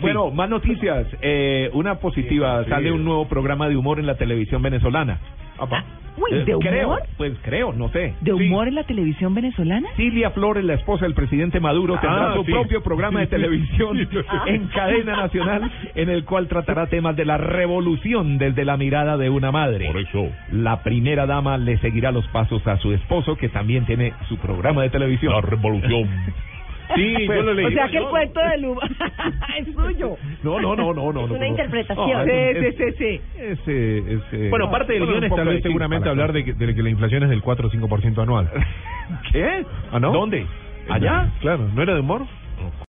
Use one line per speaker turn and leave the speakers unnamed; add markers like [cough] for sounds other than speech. Bueno, más noticias. Eh, una positiva.
Sí.
Sale un nuevo programa de humor en la televisión venezolana.
Apa.
Ah, Uy, ¿de
creo,
humor?
Pues creo, no sé.
¿De
Sí.
humor en la televisión venezolana?
Silvia Flores, la esposa del presidente Maduro, tendrá
Ah,
su
sí.
propio programa de televisión
Sí.
Ah.
en cadena nacional en el cual tratará temas de la revolución desde la mirada de una madre.
Por eso.
La primera dama le seguirá los pasos a su esposo, que también tiene su programa de televisión. [laughs]
La revolución. Sí,
Pues,
yo lo leí.
O sea que el
Yo-
cuento del humor [laughs] es suyo.
No, no, no, no, no.
Es
no,
una
no.
interpretación.
No, es-
Sí, sí, sí,
es- ese- ese-
Bueno, parte del guión
un
es
poco
tal vez
de
seguramente
chispa la
hablar de que, de que la inflación es del 4
[laughs]
o 5% anual.
cosa. ¿Qué?
¿Ah, no?
¿Dónde? ¿Allá?
Claro, ¿no era de humor?